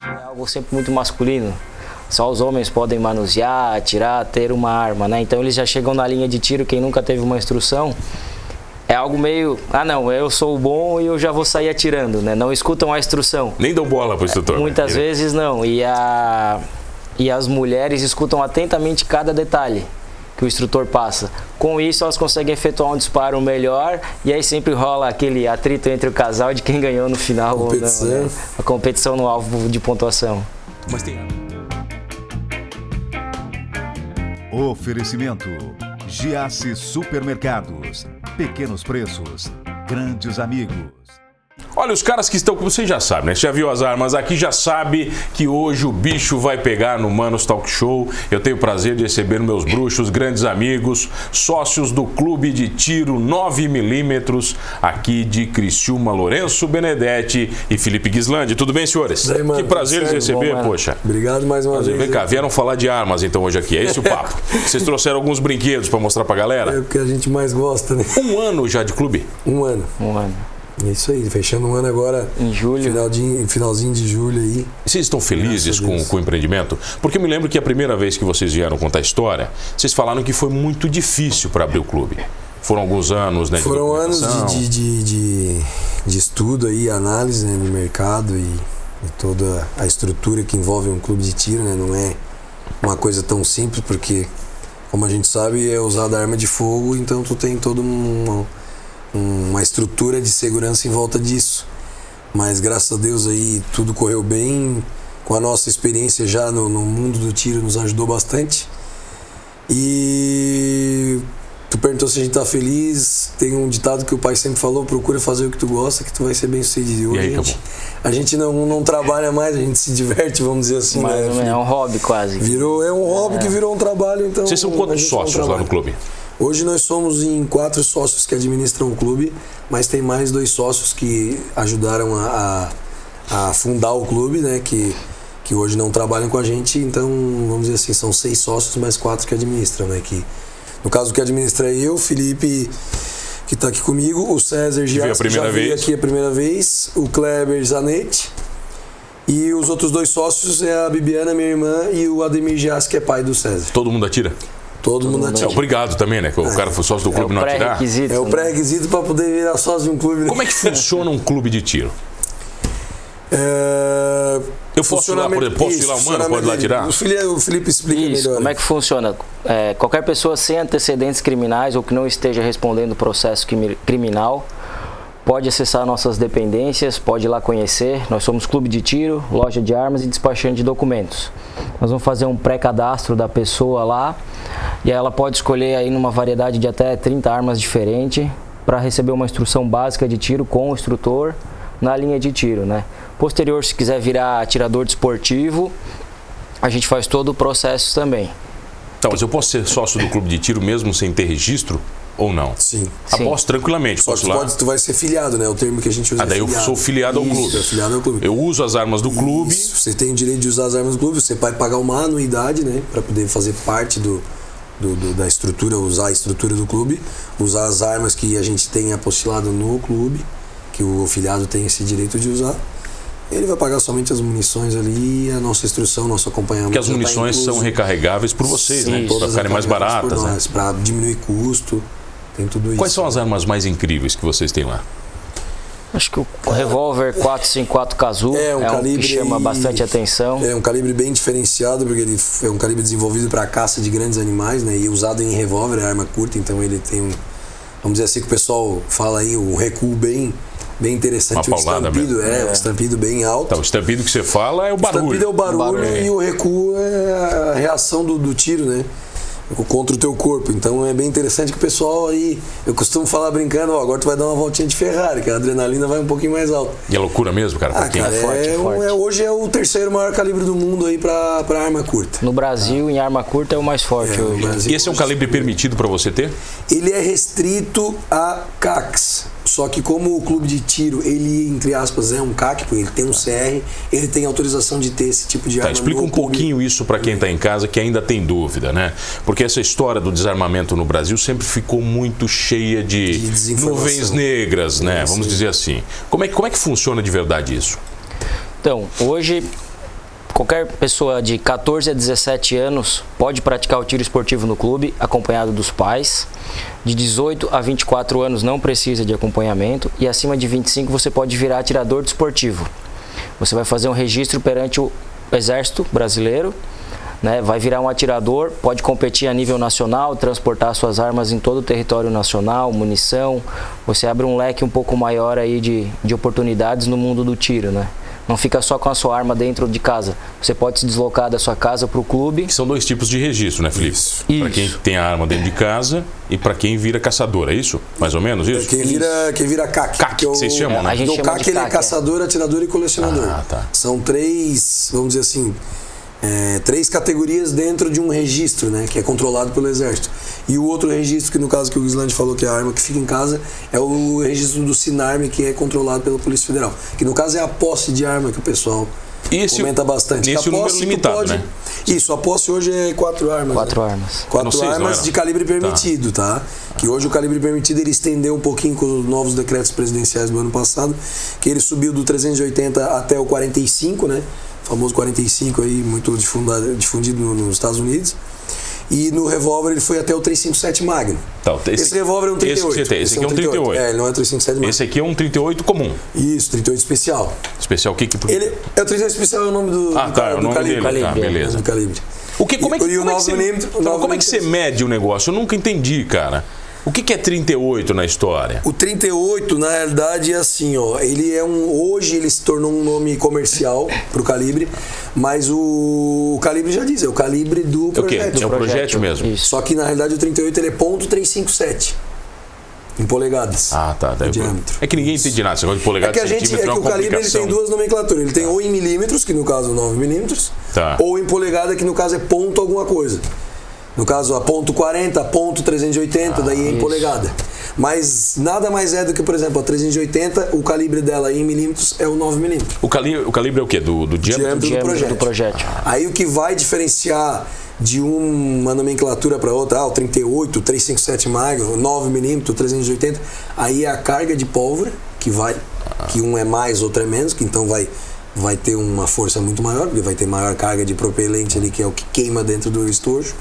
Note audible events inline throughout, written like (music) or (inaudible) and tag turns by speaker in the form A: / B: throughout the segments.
A: É algo sempre muito masculino. Só os homens podem manusear, atirar, ter uma arma, né? Então eles já chegam na linha de tiro, quem nunca teve uma instrução. É algo meio, ah não, eu sou o bom e eu já vou sair atirando, né? Não escutam a instrução.
B: Nem dão bola pro instrutor.
A: Muitas
B: né?
A: vezes não. E, a, e as mulheres escutam atentamente cada detalhe que o instrutor passa. Com isso, elas conseguem efetuar um disparo melhor e aí sempre rola aquele atrito entre o casal de quem ganhou no final ou não.
C: Competição.
A: né? A competição no alvo de pontuação.
C: Mas tem.
D: Oferecimento: Giasse Supermercados. Pequenos preços, grandes amigos.
B: Olha, os caras que estão, como você já sabe, né? Você já viu as armas aqui, já sabe que hoje o bicho vai pegar no Manos Talk Show. Eu tenho o prazer de receber meus bruxos, grandes amigos, sócios do Clube de Tiro 9mm, aqui de Criciúma, Lourenço Benedetti e Felipe Guislandi. Tudo bem, senhores?
C: Daí, mano,
B: que prazer
C: tudo
B: de
C: certo?
B: receber,
A: Bom, mano.
B: poxa.
C: Obrigado mais uma vez.
B: Vem cá, vieram falar de armas então hoje aqui, é esse o
C: (laughs)
B: papo. Vocês trouxeram alguns brinquedos pra mostrar pra
C: É
B: galera?
C: porque a gente mais gosta, né?
B: Um ano já de clube?
C: Um ano.
A: Um ano.
C: É isso aí, fechando um ano agora.
A: Em julho.
C: Final de- finalzinho de julho aí.
B: Vocês estão felizes
C: Graças a
B: com,
C: Deus.
B: com o empreendimento? Porque eu me lembro que a primeira vez que vocês vieram contar a história, vocês falaram que foi muito difícil para abrir o clube. Foram alguns anos, né? de
C: Foram anos
B: documentação.
C: de, de, de, de- de estudo aí, análise né, do mercado e, e toda a estrutura que envolve um clube de tiro, né? Não é uma coisa tão simples, porque, como a gente sabe, é usada arma de fogo, então tu tem toda uma, uma estrutura de segurança em volta disso. Mas graças a Deus aí tudo correu bem. Com a nossa experiência já no, no mundo do tiro nos ajudou bastante. E tu perguntou se a gente tá feliz. Tem um ditado que o pai sempre falou: procura fazer o que tu gosta, que tu vai ser bem sucedido.
B: E aí,
C: a gente,
B: acabou.
C: a gente não, não trabalha mais, a gente se diverte, vamos dizer assim. né,
A: Mais ou menos,
C: Felipe?
A: é um hobby quase.
C: Virou, é um hobby que virou um trabalho, então.
B: Vocês são
C: a
B: quantos
C: gente não
B: sócios lá
C: trabalha.
B: no clube?
C: Hoje nós somos em quatro sócios que administram o clube, mas tem mais dois sócios que ajudaram a, a- a fundar o clube, né? Que, que hoje não trabalham com a gente, então vamos dizer assim, são seis sócios mais quatro que administram, né? Que, no caso que administra é eu, Felipe, que tá aqui comigo, o César Gias, que
B: primeira
C: já veio
B: vez.
C: aqui a primeira vez, o Kleber Zanetti. E os outros dois sócios é a Bibiana, minha irmã, e o Ademir Gias, que é pai do César.
B: Todo mundo atira?
C: Todo, mundo
B: É,
C: ativo.
B: obrigado também, né? Que o cara foi sócio do
A: É o
B: clube não atirar.
A: pré-requisito.
C: É o
A: né?
C: pré-requisito para poder virar sócio de um clube, né?
B: Como é que funciona um clube de tiro?
C: É...
B: Eu posso ir lá, por exemplo, posso ir lá, mano,
C: Isso,
B: pode ir lá
C: funcionamento-
B: tirar?
C: O Felipe, o Felipe explica
A: Isso,
C: melhor. né?
A: como é que funciona? É, qualquer pessoa sem antecedentes criminais ou que não esteja respondendo processo crimi- criminal pode acessar nossas dependências, pode ir lá conhecer. Nós somos clube de tiro, loja de armas e despachante de documentos. Nós vamos fazer um pré-cadastro da pessoa lá e ela pode escolher aí numa variedade de até 30 armas diferentes para receber uma instrução básica de tiro com o instrutor na linha de tiro, né? Posterior, se quiser virar atirador desportivo, a gente faz todo o processo também.
B: Então, mas eu posso ser sócio do clube de tiro mesmo sem ter registro ou não?
C: Sim.
A: Sim.
B: Aposto tranquilamente,
C: Só que
B: posso
C: tu,
B: lá.
C: pode, tu vai ser filiado, né? O termo que a gente usa
B: Ah, daí eu sou filiado ao
C: Isso,
B: clube.
C: é filiado ao clube.
B: Eu uso as armas do clube.
C: Isso, você tem o direito de usar as armas do clube, você vai pagar uma anuidade, né? Para poder fazer parte do, do- do- da estrutura, usar a estrutura do clube, usar as armas que a gente tem apostilado no clube, que o filiado tem esse direito de usar. Ele vai pagar somente as munições ali, a nossa instrução, nosso acompanhamento.
B: Porque as
C: já tá
B: munições são
C: incluso.
B: recarregáveis por vocês,
A: Sim,
B: né?
A: todas
B: Para ficarem mais baratas, né?
C: Para diminuir custo, tem tudo isso.
B: Quais são as armas mais incríveis que vocês têm lá?
A: Acho que o revólver 454 Cazu é, um que chama
C: aí-
A: bastante atenção.
C: É um calibre bem diferenciado, porque ele f- é um calibre desenvolvido para caça de grandes animais, né? E usado em revólver, é arma curta, então ele tem um. Vamos dizer assim que o pessoal fala aí, um recuo bem, bem interessante.
B: Uma
C: um
B: paulada
C: estampido,
B: mesmo.
C: é, um estampido bem alto.
B: Tá, o estampido que você fala é o
C: O
B: barulho.
C: estampido é o barulho,
A: barulho.
C: e o recuo é a reação do, do tiro, né? Contra o teu corpo. Então é bem interessante que o pessoal aí. Eu costumo falar brincando, ó, agora tu vai dar uma voltinha de Ferrari, que a adrenalina vai um pouquinho mais alta.
B: E é loucura mesmo, cara. pra
C: Ah,
B: quem-
C: cara, é,
A: forte,
C: um-
A: forte.
C: é- hoje é o terceiro maior calibre do mundo aí pra, pra arma curta.
A: No Brasil, em arma curta, é o mais forte
C: É,
A: hoje.
C: mas-
B: E esse é um calibre permitido para você ter? Tá,
C: Ele é restrito a CACs. Só que como o clube de tiro, ele, entre aspas, é um CAC, porque ele tem um CR, ele tem autorização de ter esse tipo de
B: Tá,
C: arma.
B: explica
C: no
B: um
C: clube.
B: pouquinho isso para quem tá em casa que ainda tem dúvida, né? Porque essa história do desarmamento no Brasil sempre ficou muito cheia de,
C: De desinformação.
B: nuvens negras, né? Vamos dizer assim. Como é, que- como é que funciona de verdade isso?
A: Então, hoje qualquer pessoa de 14 a 17 anos pode praticar o tiro esportivo no clube, acompanhado dos pais. De 18 a 24 anos não precisa de acompanhamento e acima de 25 você pode virar atirador desportivo. Você vai fazer um registro perante o Exército Brasileiro, né? vai virar um atirador, pode competir a nível nacional, transportar suas armas em todo o território nacional, munição. Você abre um leque um pouco maior aí de, de oportunidades no mundo do tiro, né? Não fica só com a sua arma dentro de casa. Você pode se deslocar da sua casa para o clube.
B: Que são dois tipos de registro, né, Felipe? Para quem tem a arma dentro de casa e para quem vira caçador, é isso? Mais ou menos isso?
C: Quem vira, quem vira CAC.
B: CAC,
C: é o-
B: vocês chamam, né?
A: A gente
C: Então, o
A: chama
C: CAC
A: de
C: ele é
A: CAC, é.
C: caçador, atirador e colecionador.
B: Ah, tá.
C: São três, vamos dizer assim, é, três categorias dentro de um registro, né? Que é controlado pelo exército. E o outro registro, que no caso que o Gislande falou, que é a arma que fica em casa, é o registro do Sinarme, que é controlado pela Polícia Federal. Que no caso é a posse de arma que o pessoal
B: Esse-
C: comenta bastante.
B: nesse
C: Que a
B: o número
C: posse tu
B: limitado,
C: pode-
B: né?
C: Isso, a posse hoje é quatro armas.
A: Quatro
C: né?
A: armas.
C: Quatro
B: Eram seis, não
C: armas
B: eram?
C: de calibre permitido, tá? Que hoje o calibre permitido ele estendeu um pouquinho com os novos decretos presidenciais do ano passado, que ele subiu do 380 até o 45, né? O famoso 45 aí, muito difunda- difundido no- nos Estados Unidos. E no revólver ele foi até o 357 Magno.
B: Tá, o-
C: esse,
B: esse-
C: revólver é um
B: esse que
C: 38.
B: você tem, esse aqui é um 38.
C: É, ele não é 357 Magno.
B: Esse aqui é um 38 comum.
C: Isso, 38 especial.
B: Especial que que
C: Ele é o 38 especial é o nome do,
B: Ah, tá,
C: do, ca-
B: é o
C: do
B: nome
C: calibre.
B: dele, tá,
C: É o nome
B: beleza.
C: do calibre.
B: O que, como é que,
C: E o
B: como é que
C: 9
B: você,
C: milímetro- o
B: Então,
C: 9
B: como é que você
C: milímetro-
B: mede o negócio? Eu nunca entendi, cara. O que, que é 38 na história?
C: O 38, na realidade, é assim, ó. Ele é um. Hoje ele se tornou um nome comercial pro calibre, mas o, o calibre já diz, é o calibre do
B: É o quê?
C: projeto.
B: É um projétil mesmo.
A: Isso.
C: Só que na realidade o 38 ele é ponto .357 em polegadas.
B: Ah, tá. daí
C: De
B: eu-
C: diâmetro.
B: É que ninguém entende nada. Esse negócio de polegada
C: É que a gente é
B: centímetro
C: que
B: é
C: o
B: uma
C: calibre ele
B: complicação.
C: tem duas nomenclaturas. Ele tem ou em milímetros, que no caso 9 milímetros,
B: Tá.
C: ou em polegada, que no caso é ponto alguma coisa. No caso, a ponto 40, ponto 380, daí
B: Ah,
C: é em
A: isso.
C: polegada. Mas nada mais é do que, por exemplo, a 380, o calibre dela em milímetros é o 9 milímetros.
B: O calibre, o calibre é o quê? Do, do diâmetro?
C: Diâmetro.
A: Diâmetro
C: projétil.
A: do projétil.
C: Aí o que vai diferenciar de uma nomenclatura para outra, ah, o 38, o 357 magro, o 9 milímetros, 380, aí é a carga de pólvora que vai, que um é mais, outro é menos, que então vai vai ter uma força muito maior, porque vai ter maior carga de propelente ali, que é o que queima dentro do estojo,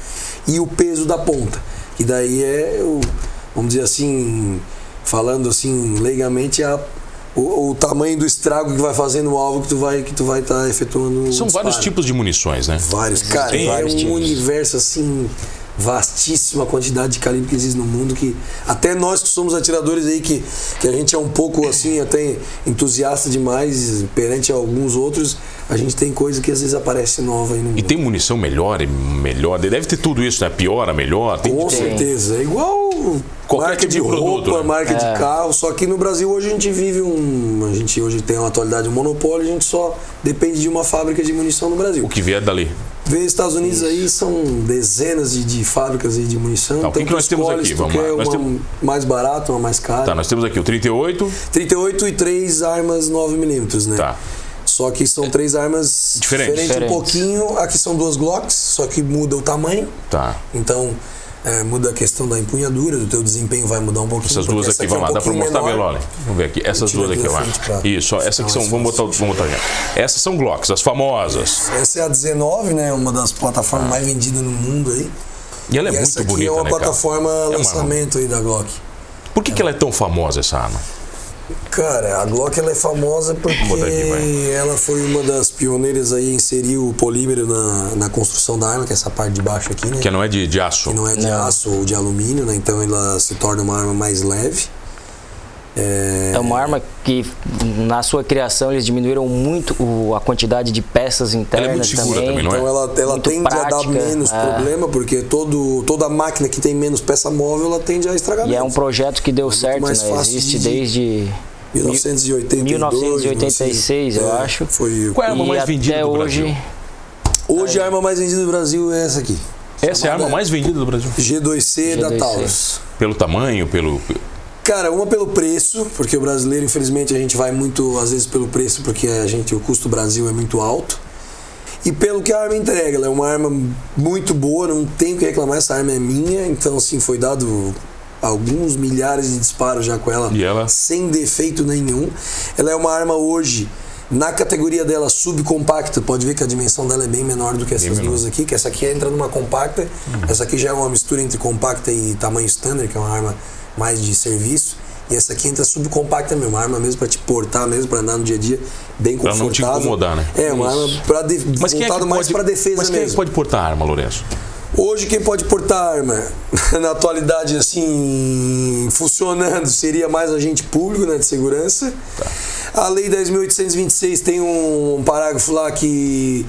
C: e o peso da ponta, que daí é o, vamos dizer assim, falando assim leigamente, é a o, o tamanho do estrago que vai fazer no alvo que tu vai que tu vai estar efetuando o
B: São vários
C: disparo.
B: tipos de munições, né?
C: Vários, cara.
B: Tem
C: é
B: vários
C: um
B: tipos.
C: universo assim, vastíssima quantidade de calibre que existe no mundo que até nós que somos atiradores aí, que, que a gente é um pouco
B: (coughs)
C: assim, até entusiasta demais perante alguns outros, a gente tem coisa que às vezes aparece nova aí no mundo.
B: E tem munição melhor e melhor. Deve ter tudo isso, né? Piora, melhor. Tem
C: Com certeza. É igual
B: Qualquer
C: marca
B: tipo
C: de
B: de produto,
C: roupa,
B: né?
C: marca de carro. Só que no Brasil hoje a gente vive um. A gente hoje tem uma atualidade, um monopólio, a gente só depende de uma fábrica de munição no Brasil.
B: o que vier dali.
C: Vê os Estados Unidos aí, são dezenas de, de fábricas aí de munição.
B: Tá, o que que
C: tu
B: nós temos
C: escolhe
B: aqui?
C: se tu
B: Vamos lá.
C: quer
B: Nós
C: uma
B: temos-
C: mais barata, uma mais cara.
B: Tá, nós temos aqui o 38,
C: 38 e 3 armas 9mm, né?
B: Tá. É
C: Só que são três armas
B: Diferentes.
C: um
A: Diferentes.
C: pouquinho. Aqui são duas Glocks, só que muda o tamanho.
B: Tá.
C: Então, é, muda a questão da empunhadura, do teu desempenho vai mudar um pouquinho.
B: Essas
C: porque
B: duas
C: essa
B: aqui, vamos lá, dá
C: é um
B: pra mostrar
C: pouquinho
B: melhor.
C: menor.
B: olha. Vamos ver aqui. Essas
C: tiro
B: duas
C: aqui
B: aqui,
C: da
B: vai.
C: frente pra-
B: Isso, ó, essa
C: Não,
B: que são.
C: essa
B: Vamos
C: essa-
B: botar, vamos botar aqui. Essas são Glocks, as famosas.
C: Essa é a 19, né? Uma das plataformas mais vendidas no mundo aí.
B: E Ah. ela é
C: e
B: muito
C: essa aqui
B: bonita,
C: é uma
B: né, cara?
C: plataforma
B: É uma-
C: lançamento aí da Glock.
B: Por que, que ela é tão famosa essa arma?
C: Cara, a Glock ela é famosa
B: botar aqui, vai.
C: porque ela foi uma das pioneiras aí em inserir o polímero na, na construção da arma, que é essa parte de baixo aqui, né?
B: Que não é de, de aço.
C: que não é de aço ou de alumínio, né? Então ela se torna uma arma mais leve. É,
A: É uma arma que na sua criação eles diminuíram muito o- a quantidade de peças internas
B: é muito segura também, não é?
C: então ela, ela
A: muito
C: tende a dar
A: prática,
C: menos
A: é.
C: problema, porque todo, toda máquina que tem menos peça móvel, ela tende a estragar
A: E é um
C: menos.
A: projeto que deu certo, né?
C: mais fácil
A: Existe
C: de-
A: desde
C: 1982,
A: 1986, eu
C: 1900, é,
A: acho.
C: Foi.
B: Qual é a arma
A: e
B: mais
A: até
B: vendida do
A: hoje
B: Brasil?
C: Hoje a arma mais vendida do Brasil é essa aqui.
B: Essa é a arma mais vendida do Brasil.
C: G2C, da
A: G2C.
C: Taurus.
B: Pelo tamanho, pelo.
C: Cara, uma pelo preço, porque o brasileiro, infelizmente, a gente vai muito, às vezes, pelo preço, porque a gente, o custo do Brasil é muito alto. E pelo que a arma entrega, ela é uma arma muito boa, não tenho o que reclamar, essa arma é minha, então, assim, foi dado alguns milhares de disparos já com ela,
B: E ela?
C: sem defeito nenhum. Ela é uma arma hoje Na categoria dela subcompacta, pode ver que a dimensão dela é bem menor do que essas
B: menor. Hum.
C: duas aqui, que essa aqui entra numa compacta, essa aqui já é uma mistura entre compacta e tamanho standard, que é uma arma mais de serviço, e essa aqui entra subcompacta mesmo, uma arma mesmo para te portar mesmo, para andar no dia a dia, bem
B: Pra
C: confortável.
B: não te incomodar, né?
C: É, uma
A: Isso.
C: arma pra de,
B: Mas quem é que
C: voltada
B: pode,
C: mais para defesa
B: mas quem é que
C: mesmo.
B: pode portar arma, Lourenço?
C: Hoje quem pode portar arma, (laughs) na atualidade assim, funcionando, seria mais agente público né, de segurança. A Lei 10.826 tem um parágrafo lá que,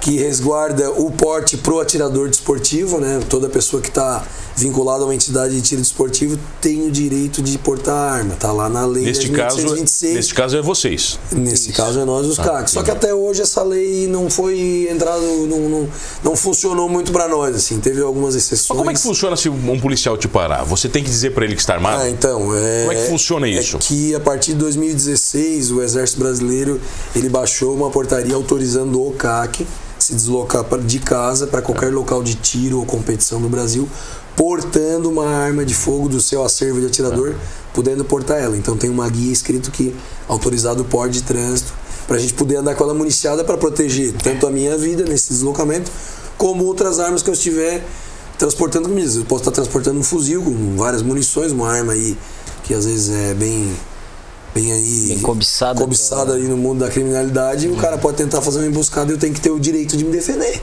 C: que resguarda o porte pro atirador desportivo, né? Toda pessoa que está vinculada a uma entidade de tiro desportivo tem o direito de portar arma. Tá lá na Lei
B: Neste caso,
C: 10.826.
B: neste caso é vocês.
C: Nesse caso é nós
B: Tá,
C: os CACs. Só que até hoje essa lei não foi entrada, não, não, não funcionou muito pra nós, assim. Teve algumas exceções.
B: Mas como é que funciona se um policial te parar? Você tem que dizer pra ele que está armado?
C: Ah, então, é,
B: Como é que funciona isso?
C: É que a partir de 2016 o Exército Brasileiro ele baixou uma portaria autorizando o CAC se deslocar pra- de casa para qualquer local de tiro ou competição no Brasil, portando uma arma de fogo do seu acervo de atirador, podendo portar ela. Então tem uma guia escrito que autorizado o porte de trânsito para a gente poder andar com ela municiada para proteger tanto a minha vida nesse deslocamento como outras armas que eu estiver transportando comidas. Eu posso estar transportando um fuzil com várias munições, uma arma aí que às vezes é bem bem aí
A: Bem né? Uhum. cobiçada.
C: cobiçada aí no mundo da criminalidade, e o cara pode tentar fazer uma emboscada e eu tenho que ter o direito de me defender.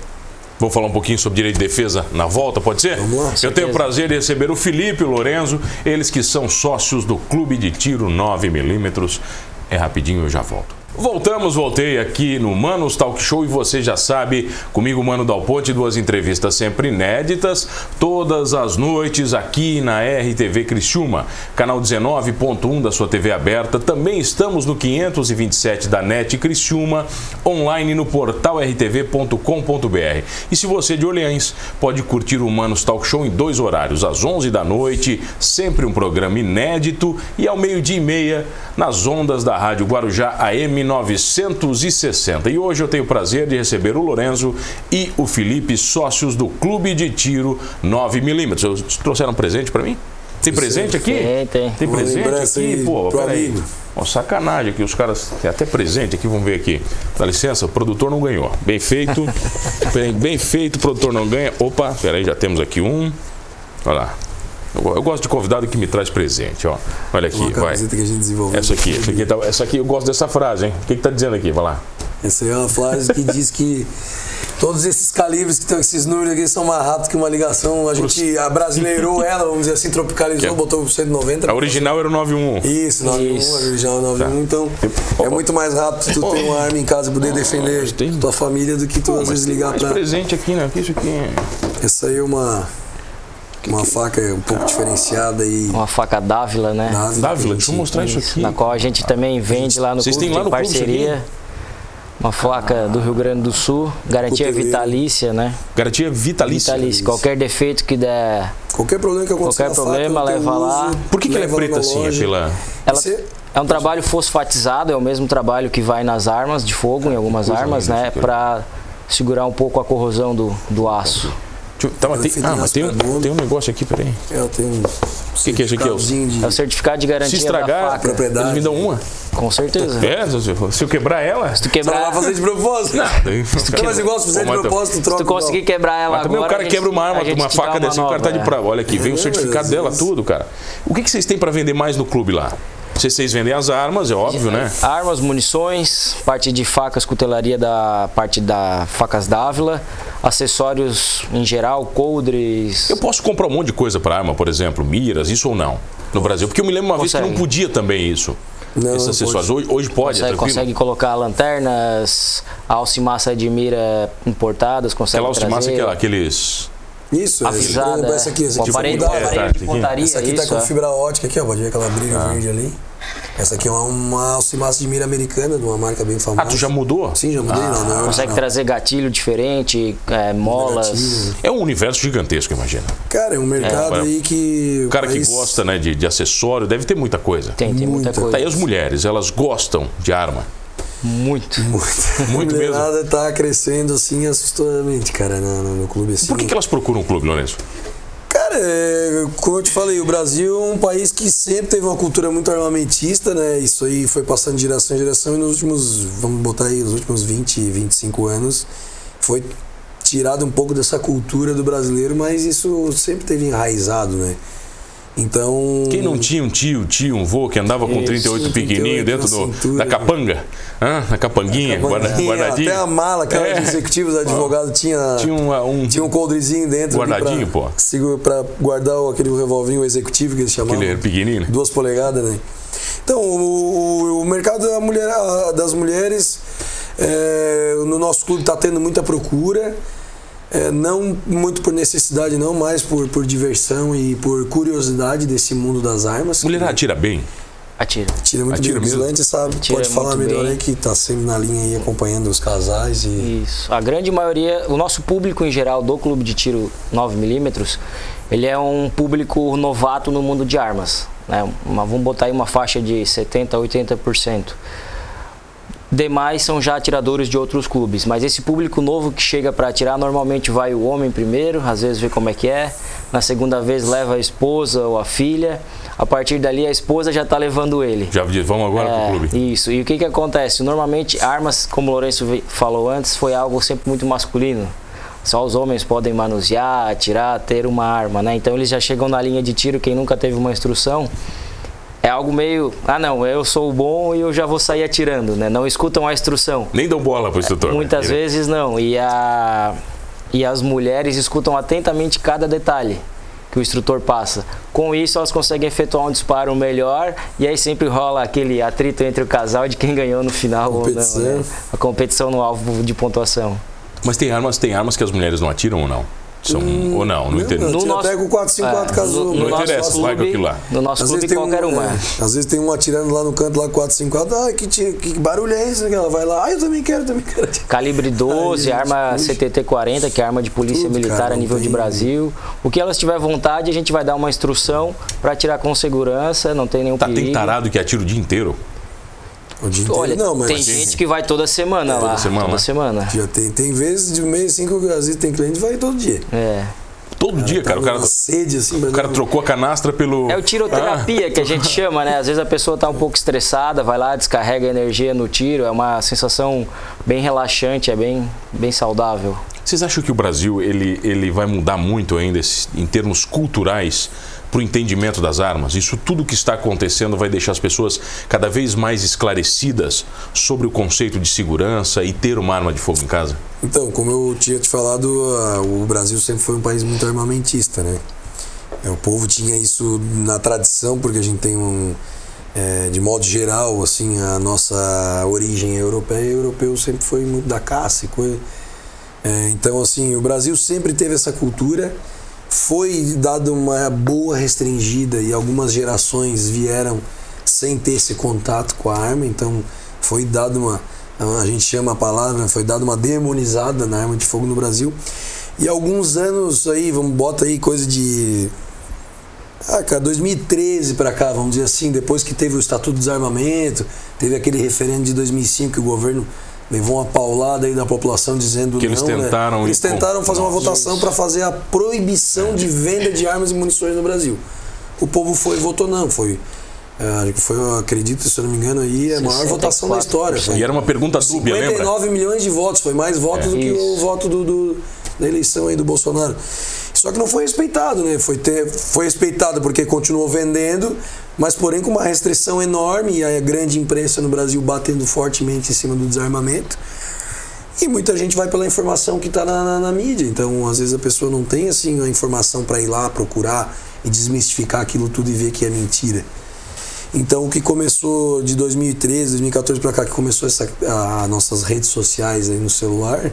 B: Vou falar um pouquinho sobre direito de defesa na volta, pode ser?
C: Vamos lá.
B: Eu
A: Certeza.
B: tenho o prazer de receber o Felipe e o Lorenzo, eles que são sócios do Clube de Tiro 9mm. É rapidinho, eu já volto. Voltamos, voltei aqui no Manos Talk Show e você já sabe, comigo Mano Dal Ponte, duas entrevistas sempre inéditas, todas as noites aqui na RTV Criciúma, canal 19.1 da sua TV aberta. Também estamos no 527 da NET Criciúma, online no portal rtv.com.br. E se você é de Orleans, pode curtir o Manos Talk Show em dois horários, às 11 da noite, sempre um programa inédito, e ao meio-dia e meia, nas ondas da Rádio Guarujá AM 960. E hoje eu tenho o prazer de receber o Lorenzo e o Felipe, sócios do Clube de Tiro 9mm. Vocês trouxeram um presente pra mim? Tem presente aqui?
A: Tem, tem.
B: Tem
C: Uma
B: presente
C: lembrança
B: aqui?
C: aí
B: Pô,
C: pro
B: peraí.
C: amigo.
B: Ó, sacanagem aqui, os caras. Tem até presente aqui, vamos ver aqui. Dá licença, o produtor não ganhou. Bem
C: (laughs)
B: feito. bem, bem feito, o produtor não ganha. Opa, peraí, já temos aqui um. Olha lá. Eu, go- eu gosto de convidado que me traz presente, ó. Olha aqui,
C: Uma
B: vai.
C: camiseta que a gente desenvolveu.
B: Essa aqui, essa aqui, tá- essa aqui, eu gosto dessa frase, hein? O que, que tá dizendo aqui? Vai lá.
C: Essa é uma frase que diz que todos esses calibres que estão esses números aqui são mais rápidos que uma ligação. A gente abrasileirou ela, vamos dizer assim, tropicalizou,
B: Que é-
C: botou o 190.
B: A Tá. original era o 91.
C: Isso, 91,
A: Isso.
C: original 91. Então, é muito mais rápido tu ter uma arma em casa e poder defender
B: tem-
C: tua família do que tu às
B: Mas
C: vezes
B: tem
C: ligar
B: mais
C: pra.
B: presente aqui, né? Que isso aqui. é-
C: Essa aí é uma, uma faca um pouco diferenciada e.
A: Uma faca Dávila, né?
B: Dávila,
C: nave que a
B: deixa eu
C: gente-
B: mostrar é isso aqui.
A: na qual a gente também vende lá no
B: Vocês
A: clube,
B: têm lá no clube isso aqui? Ah.
A: parceria. Uma faca do Rio Grande do Sul, garantia
C: Cuteleiro.
A: vitalícia, né?
B: Garantia vitalícia.
A: Vitalícia. Qualquer defeito que der,
C: Qualquer problema que acontecer
A: Qualquer
C: na faca,
A: problema,
C: no teu
A: leva lá.
C: uso,
B: Por que, que ela é
C: leva lá
B: preta
C: na
B: assim,
C: loja.
B: Aquila?
A: Ela
C: Você-
A: é um trabalho fosfatizado, é o mesmo trabalho que vai nas armas de fogo, em algumas
B: coisa
A: armas,
B: linda
A: né?
B: isso aqui.
A: Pra segurar um pouco a corrosão do, do aço.
B: Deixa eu- tá, mas tem-
C: Prefiro
B: ah, mas tem um,
C: raspador.
B: tem um negócio aqui, peraí.
C: Ela tem um. O
B: que que é isso aqui, ó?
A: É o certificado de
B: Se
A: garantia da
B: estragar,
A: faca.
B: eles me dão uma.
A: Com certeza.
B: (laughs) É, se eu- se eu quebrar ela.
A: Se tu quebrar,
C: vai fazer de propósito?
B: é- Não,
C: Mas igual se fizer de
B: Pô, mas-
C: propósito, troca.
A: se tu conseguir
C: igual.
A: quebrar ela
B: Mas também
A: agora,
B: o cara
A: a gente-
B: quebra uma
A: a
B: arma de
A: gente
B: uma
A: te dá
B: faca dessa e o cara tá
A: nova,
B: de
A: é.
B: prova. Olha aqui, vem o
C: É,
B: certificado
C: às
B: dela,
C: vezes.
B: tudo, cara. O que, que vocês têm pra vender mais no clube lá? Vocês, vocês vendem as armas, é óbvio, né?
A: Armas, munições, parte de facas, cutelaria da parte da facas Dávila, acessórios em geral, coldres.
B: Eu posso comprar um monte de coisa pra arma, por exemplo, miras, isso ou não, no Brasil. Porque eu me lembro uma vez que
A: Consegue.
B: não podia também isso.
C: Não,
B: Esses
C: não
B: acessórios. Hoje, hoje pode, é
A: Consegue,
B: tranquilo?
A: consegue colocar lanternas, alça e massa de mira importadas, consegue
B: Aquela alça
A: trazer.
B: de massa, aquela- aqueles.
C: Isso, essa,
A: Avisada,
B: né?
C: essa aqui, essa
A: com
C: aqui.
A: aparelho,
C: mudava.
B: é,
A: aparelho
B: tá,
A: de
B: isso Ah. aqui.
A: pontaria,
C: Essa aqui tá
A: isso,
C: com
A: é.
C: fibra ótica aqui, ó. Pode ver aquela brilha verde ali. Essa aqui é uma, uma alcimassa de mira americana, de uma marca bem famosa.
B: Ah, tu já Ah. mudou?
C: Sim, já mudei, não, é não.
A: Consegue
C: não.
A: trazer gatilho diferente, é, molas.
C: Negativo.
B: É um universo gigantesco, imagina.
C: Cara, é um mercado
B: É,
C: aí que.
B: O cara que
C: país-
B: gosta, né, de, de acessório, deve ter muita coisa.
A: Tem, tem muita,
C: Muita.
A: coisa.
B: Tá, e as mulheres, elas gostam de arma.
A: Muito.
C: (laughs) Muito.
B: Muito
C: a mulherada tá crescendo assim assustadoramente, cara, no, no, no clube assim.
B: Por que, que elas procuram um clube, Lourenço?
C: Cara, É, como eu te falei, o Brasil é um país que sempre teve uma cultura muito armamentista, né? Isso aí foi passando de geração em geração e nos últimos, vamos botar aí, nos últimos 20, 25 anos, foi tirado um pouco dessa cultura do brasileiro, mas isso sempre teve enraizado, né? Então.
B: Quem não tinha um tio, tio, um vô que andava com
C: Isso,
B: 38
C: 38
B: pequenininho dentro
C: na
B: do-
C: cintura.
B: da capanga? Hã? Na capanguinha, guarda-
C: é, Tinha
B: guardadinha.
C: Até a mala, cara,
B: É.
C: de executivos, advogado, tinha,
B: (laughs) Tinha um- um-
C: tinha um coldrezinho dentro. ali
B: Guardadinho,
C: pra,
B: pô.
C: Segura pra guardar o- aquele revolvinho executivo que eles chamavam.
B: Aquele pequenininho, né?
C: Duas polegadas, né? Então, o, o- o mercado da mulher- a- das mulheres é, no nosso clube está tendo muita procura. É, não muito por necessidade, não, mas por, por diversão e por curiosidade desse mundo das armas.
B: Mulherada tira bem.
A: Atira.
C: Tira muito
B: Atira
C: bem. O
B: mesmo?
C: Zulante sabe,
A: Atira
C: pode falar
A: muito
C: melhor
A: bem. Hum.
C: aí que tá sempre na linha aí acompanhando os casais e.
A: Isso. A grande maioria, o nosso público em geral do clube de tiro 9mm, ele é um público novato no mundo de armas. Né? Uma, vamos botar aí uma faixa de 70% a 80%. Demais são já atiradores de outros clubes, mas esse público novo que chega para atirar normalmente vai o homem primeiro, às vezes vê como é que é, na segunda vez leva a esposa ou a filha, a partir dali a esposa já está levando ele.
B: Já diz, vamos agora
A: É,
B: pro clube.
A: Isso. E o que que acontece? Normalmente armas, como o Lourenço vi- falou antes, foi algo sempre muito masculino. Só os homens podem manusear, atirar, ter uma arma, né? Então eles já chegam na linha de tiro, quem nunca teve uma instrução, é algo meio, ah não, eu sou o bom e eu já vou sair atirando, né? Não escutam a instrução.
B: Nem dão bola pro instrutor. né?
A: Muitas
B: Ele-
A: vezes não. E, a, e as mulheres escutam atentamente cada detalhe que o instrutor passa. Com isso, elas conseguem efetuar um disparo melhor e aí sempre rola aquele atrito entre o casal de quem ganhou no final ou não.
C: Competição.
A: né? A competição no alvo de pontuação.
B: Mas tem armas, tem armas que as mulheres não atiram ou não? São,
C: Hum,
B: ou não, não entendo.
A: No
C: Tira
A: nosso-
C: até com 454
A: é,
C: casou.
A: no- no
B: Não
A: nosso
B: interessa, vai com
A: clube-
B: aquilo lá.
A: No nosso clube, qualquer
C: um,
A: um é.
C: é, às vezes tem um atirando lá no canto, lá 454, ah, que, tiro- que barulho é esse? Ela vai lá, ah, eu também quero, também quero. (laughs)
A: Calibre 12,
C: gente,
A: arma
C: puxa.
A: CTT-40, que é arma de polícia
C: Tudo,
A: militar
C: cara,
A: a
C: não
A: nível de
C: tem-
A: Brasil. O que elas tiver vontade, a gente vai dar uma instrução para tirar com segurança, não tem nenhum
B: Tá, tem
A: perigo.
B: tarado que atira o dia inteiro.
C: O dia inteiro
A: Olha,
C: não, mas assim,
A: tem gente que vai toda semana lá.
B: toda semana, né?
A: Toda semana.
C: já tem, tem vezes de meio, cinco vezes, tem cliente que vai todo dia.
A: É.
B: Todo dia, cara. O
C: Tá
B: cara,
C: numa sede assim,
B: o cara trocou a canastra pelo.
A: É o tiroterapia que a gente chama, né? Às vezes a pessoa tá um pouco estressada, vai lá, descarrega a energia no tiro. É uma sensação bem relaxante, é bem, bem saudável.
B: Ah. Vocês acham que o Brasil ele, ele vai mudar muito ainda esse- em termos culturais para o entendimento das armas? Isso tudo que está acontecendo vai deixar as pessoas cada vez mais esclarecidas sobre o conceito de segurança e ter uma arma de fogo em casa?
C: Então, como eu tinha te falado, a- o Brasil sempre foi um país muito armamentista, né? É, O povo tinha isso na tradição, porque a gente tem um. é, de modo geral, assim, a nossa origem é europeia e o europeu sempre foi muito da caça e coisa. É, então, assim, o Brasil sempre teve essa cultura. Foi dada uma boa restringida e algumas gerações vieram sem ter esse contato com a arma. Então, foi dado uma. A gente chama a palavra, foi dada uma demonizada na arma de fogo no Brasil. E alguns anos aí, vamos bota aí coisa de ah, cara, 2013 pra cá, vamos dizer assim, depois que teve o Estatuto do Desarmamento, teve aquele referendo de 2005 que o governo levou uma paulada aí da população dizendo
B: Que eles
C: não, né?
B: tentaram
C: Eles
B: ir
C: tentaram
B: com-
C: fazer uma
B: Nossa.
C: votação pra fazer a proibição de venda de armas e munições no Brasil. O povo foi e votou não, foi ah, foi, eu acredito, se eu não me engano, aí a maior votação da
A: 64%.
C: história. foi.
B: E era uma pergunta dúbia, lembra?
C: 59 milhões de votos, foi mais votos do que
A: isso.
C: o voto do, do- da eleição aí do Bolsonaro. Só que não foi respeitado, né? Foi, ter, foi respeitado porque continuou vendendo, mas porém com uma restrição enorme e a grande imprensa no Brasil batendo fortemente em cima do desarmamento. E muita gente vai pela informação que está na, na- na mídia. Então, às vezes a pessoa não tem assim a informação para ir lá procurar e desmistificar aquilo tudo e ver que é mentira. Então, o que começou de 2013, 2014 para cá, que começou essa, a, a nossas redes sociais aí no celular,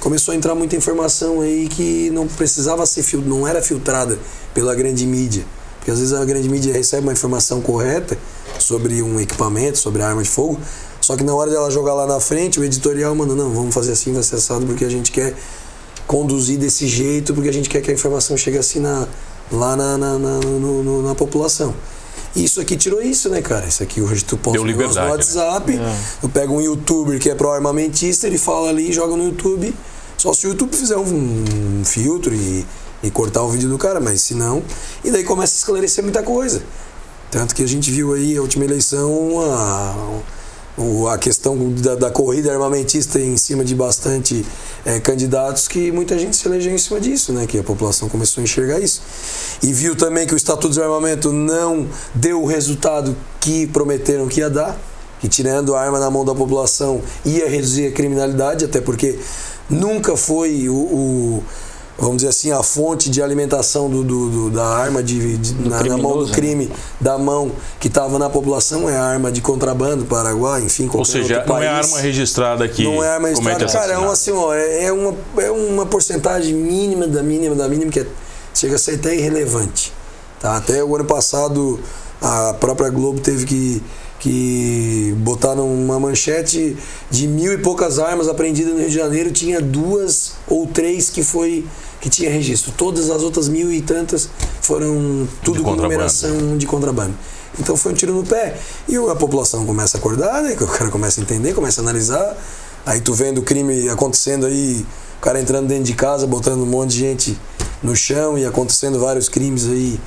C: começou a entrar muita informação aí que não precisava ser fil- não era filtrada pela grande mídia. Porque às vezes a grande mídia recebe uma informação correta sobre um equipamento, sobre a arma de fogo, só que na hora dela jogar lá na frente, o editorial manda, não, vamos fazer assim, vai ser assado, porque a gente quer conduzir desse jeito, porque a gente quer que a informação chegue assim na, lá na, na, na, no- no- na população. E isso aqui tirou isso, né, cara? Isso aqui hoje tu posta
B: Deu
C: um negócio
B: liberdade,
C: no
B: né?
C: WhatsApp, tu pega um youtuber que é pro armamentista, ele fala ali e joga no YouTube. Só se o YouTube fizer um, um filtro e, e cortar o vídeo do cara, mas se não. E daí começa a esclarecer muita coisa. Tanto que a gente viu aí a última eleição a, a questão da, da corrida armamentista em cima de bastante é, candidatos que muita gente se elegeu em cima disso, né? Que a população começou a enxergar isso. E viu também que o Estatuto de Desarmamento não deu o resultado que prometeram que ia dar, que tirando a arma na mão da população ia reduzir a criminalidade, até porque nunca foi o, o vamos dizer assim, a fonte de alimentação do, do, do da arma de, de na, na, mão do crime, né? da mão que estava na população, é arma de contrabando, Paraguai, enfim,
B: Ou seja, não país. é arma registrada aqui.
C: Não é arma registrada. Cara, é, um, assim, ó, é, uma, é uma porcentagem mínima da mínima da mínima que é, chega a ser até irrelevante. Tá? Até o ano passado, a própria Globo teve que que botaram uma manchete de mil e poucas armas apreendidas no Rio de Janeiro, tinha duas ou três que foi que tinha registro. Todas as outras mil e tantas foram tudo com numeração um de contrabando. Então foi um tiro no pé. E a população começa a acordar, né? o cara começa a entender, começa a analisar. Aí tu vendo o crime acontecendo aí, o cara entrando dentro de casa, botando um monte de gente no chão e acontecendo vários crimes aí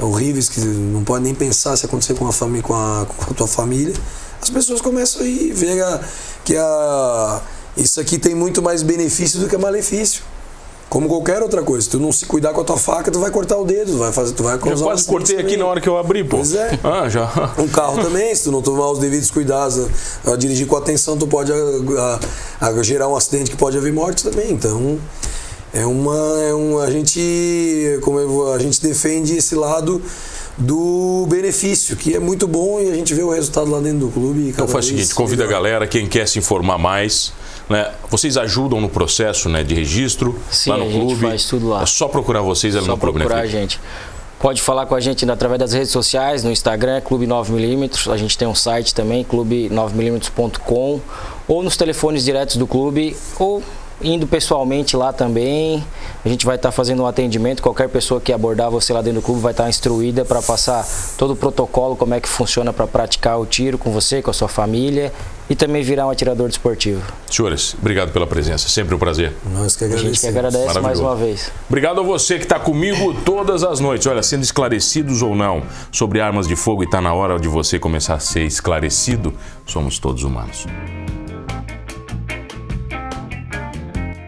C: horríveis que não pode nem pensar se acontecer com a, família, com, a, com a tua família, as pessoas começam aí ver a, que a, isso aqui tem muito mais benefício do que malefício. Como qualquer outra coisa, se tu não se cuidar com a tua faca, tu vai cortar o dedo, tu vai fazer, tu vai
B: causar. Eu quase cortei também. aqui na hora que eu abri, pô.
C: Pois é.
B: Ah, já.
C: Um carro também, se tu não tomar os devidos cuidados, a, dirigir com atenção, tu pode gerar um acidente que pode haver morte também. Então, é uma, é um, a gente como vou, a gente defende esse lado do benefício, que é muito bom e a gente vê o resultado lá dentro do clube.
B: Então faz o seguinte, convida melhor. a galera, quem quer se informar mais, né? Vocês ajudam no processo né, de registro
A: Sim,
B: lá no
A: a
B: clube.
A: Gente faz tudo lá.
B: É só procurar vocês ali
A: só
B: no clube,
A: procurar né, a gente. Pode falar com a gente através das redes sociais, no Instagram, é Clube 9mm. A gente tem um site também, clube9mm.com, ou nos telefones diretos do clube, ou indo pessoalmente lá também. A gente vai estar tá fazendo um atendimento. Qualquer pessoa que abordar você lá dentro do clube vai estar tá instruída para passar todo o protocolo, como é que funciona para praticar o tiro com você, com a sua família e também virar um atirador desportivo.
B: Senhores, obrigado pela presença. Sempre um prazer.
C: Nós que agradecemos.
A: A gente que agradece mais uma vez.
B: Obrigado a você que está comigo todas as noites. Olha, sendo esclarecidos ou não sobre armas de fogo e está na hora de você começar a ser esclarecido, somos todos humanos.